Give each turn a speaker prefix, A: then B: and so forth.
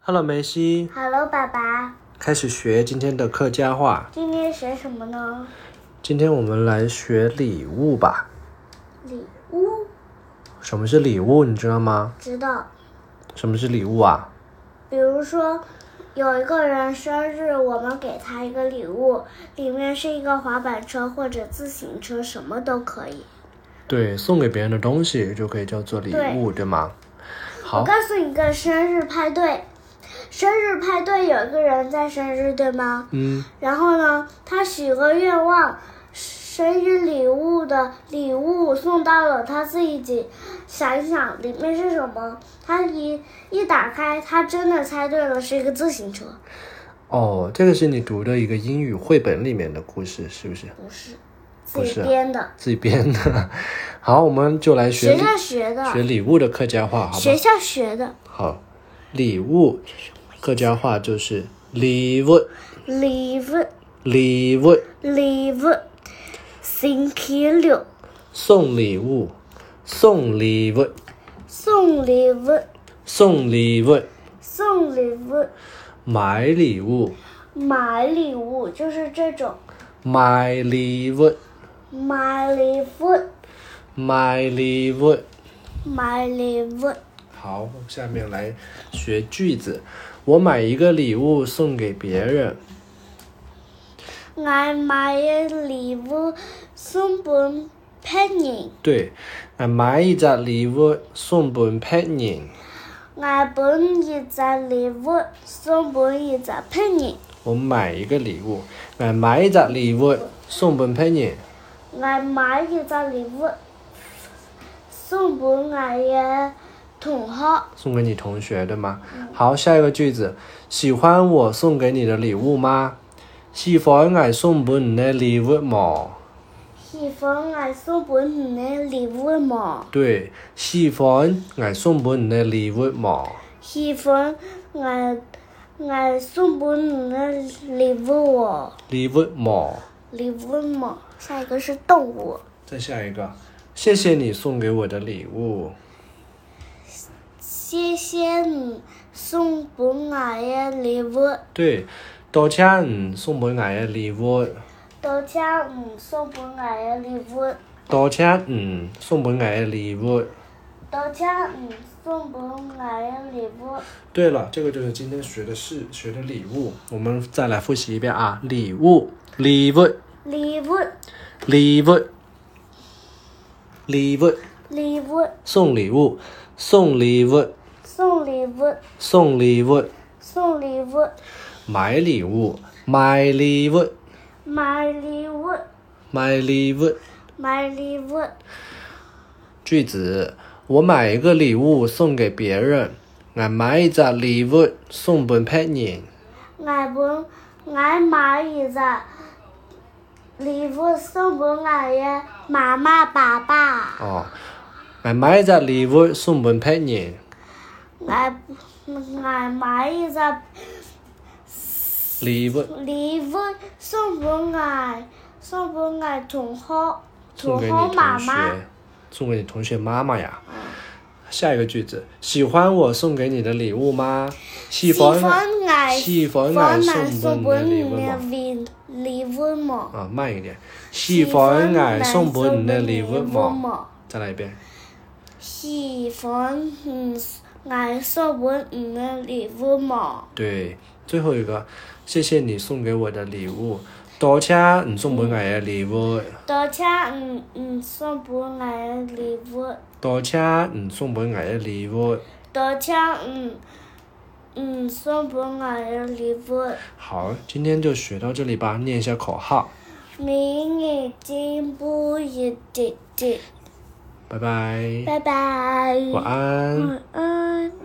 A: Hello，梅西，
B: Hello，爸爸，
A: 开始学今天的客家话。
B: 今天学什么呢？
A: 今天我们来学礼物吧。
B: 礼物，
A: 什么是礼物？你知道吗？
B: 知道。
A: 什么是礼物啊？
B: 比如说，有一个人生日，我们给他一个礼物，里面是一个滑板车或者自行车，什么都可以。
A: 对，送给别人的东西就可以叫做礼物，对吗？
B: 我
A: 好，
B: 告诉你个生日派对，生日派对有一个人在生日，对吗？
A: 嗯，
B: 然后呢，他许个愿望，生日礼物的礼物送到了他自己，想一想里面是什么。他一一打开，他真的猜对了，是一个自行车，
A: 哦，这个是你读的一个英语绘本里面的故事，是不是？
B: 不是自
A: 不是啊
B: 己编的，
A: 自己编的。好，我们就来学
B: 学
A: 礼
B: 校学的，
A: 学礼物的客家话，好
B: 学
A: 吧？
B: 校学的
A: 好，礼物客家话就是礼物，
B: ，leave
A: 礼物
B: leave，星期六
A: 送礼物，送礼物。
B: 送礼物，
A: 送礼物、
B: 送礼物，
A: 买礼物、
B: 买礼物就是这种，
A: 买礼物、
B: 买礼物，
A: 买礼物。
B: 买礼物。
A: 好，下面来学句子。我买一个礼物送给别人，
B: 我买的礼物送本别人，
A: 对，我买一只礼物送给别人。
B: 我本一只礼物送本一只别人，
A: 我买一个礼物，我买一只礼物送给别人。
B: 我买一只礼物送给我的同学，
A: 送给你同学，对吗？好，下一个句子，喜欢我送给你的礼物吗？喜欢我送给你的礼物吗？
B: 喜欢我送给你的礼物吗？
A: 对，喜欢我送给你的礼物吗？
B: 喜欢我我送给你的礼物哦，
A: 礼物吗？
B: 礼物吗？下一个是动物，
A: 再下一个，谢谢你送给我的礼物。
B: 谢谢你送给我的礼物。
A: 对，多谢你送给我的礼物，
B: 多谢你送给我的礼物，
A: 多谢你送给我的礼物。
B: 多谢你送给我的礼物。
A: 对了，这个就是今天学的是学的礼物，我们再来复习一遍啊，礼物，礼物，
B: 礼物，
A: 礼物，礼物，
B: 礼物，
A: 送礼物，送礼物，
B: 送礼物，
A: 送礼物，
B: 送礼物，
A: 买礼物，买礼物。
B: 买礼物，
A: 买礼物。
B: 买礼物。
A: 句子：我买一个礼物送给别人，我买一只礼物送给别人。
B: 我本我买一只礼物送给我的妈妈、爸爸。
A: 哦，我买一只礼物送给别人。
B: 我我买一只
A: 礼物
B: 礼物送给我送给我同学、
A: 送
B: 同
A: 给
B: 学
A: 你同
B: 妈妈。
A: 学，送给你同学妈妈呀。下一个句子：喜欢我送给你的礼物吗？喜欢我。
B: 爱
A: 喜欢
B: 我
A: 我
B: 送
A: 送给
B: 本
A: 你的礼物
B: 你的
A: 吗？
B: 礼礼物么？
A: 啊，慢一点。喜欢我送给你的礼物吗？
B: 么？
A: 再来一遍。
B: 喜欢嗯，爱送本你的礼物么？
A: 对，最后一个，谢谢你送给我的礼物，多谢你送给我的礼物，
B: 多谢嗯嗯送本爱的礼物，
A: 多谢你送给我的礼物。
B: 多谢嗯嗯送本爱的礼物。
A: 好，今天就学到这里吧，念一下口号，
B: 明日进步一点点，
A: 拜拜，
B: 拜拜，
A: 晚安。
B: 晚安。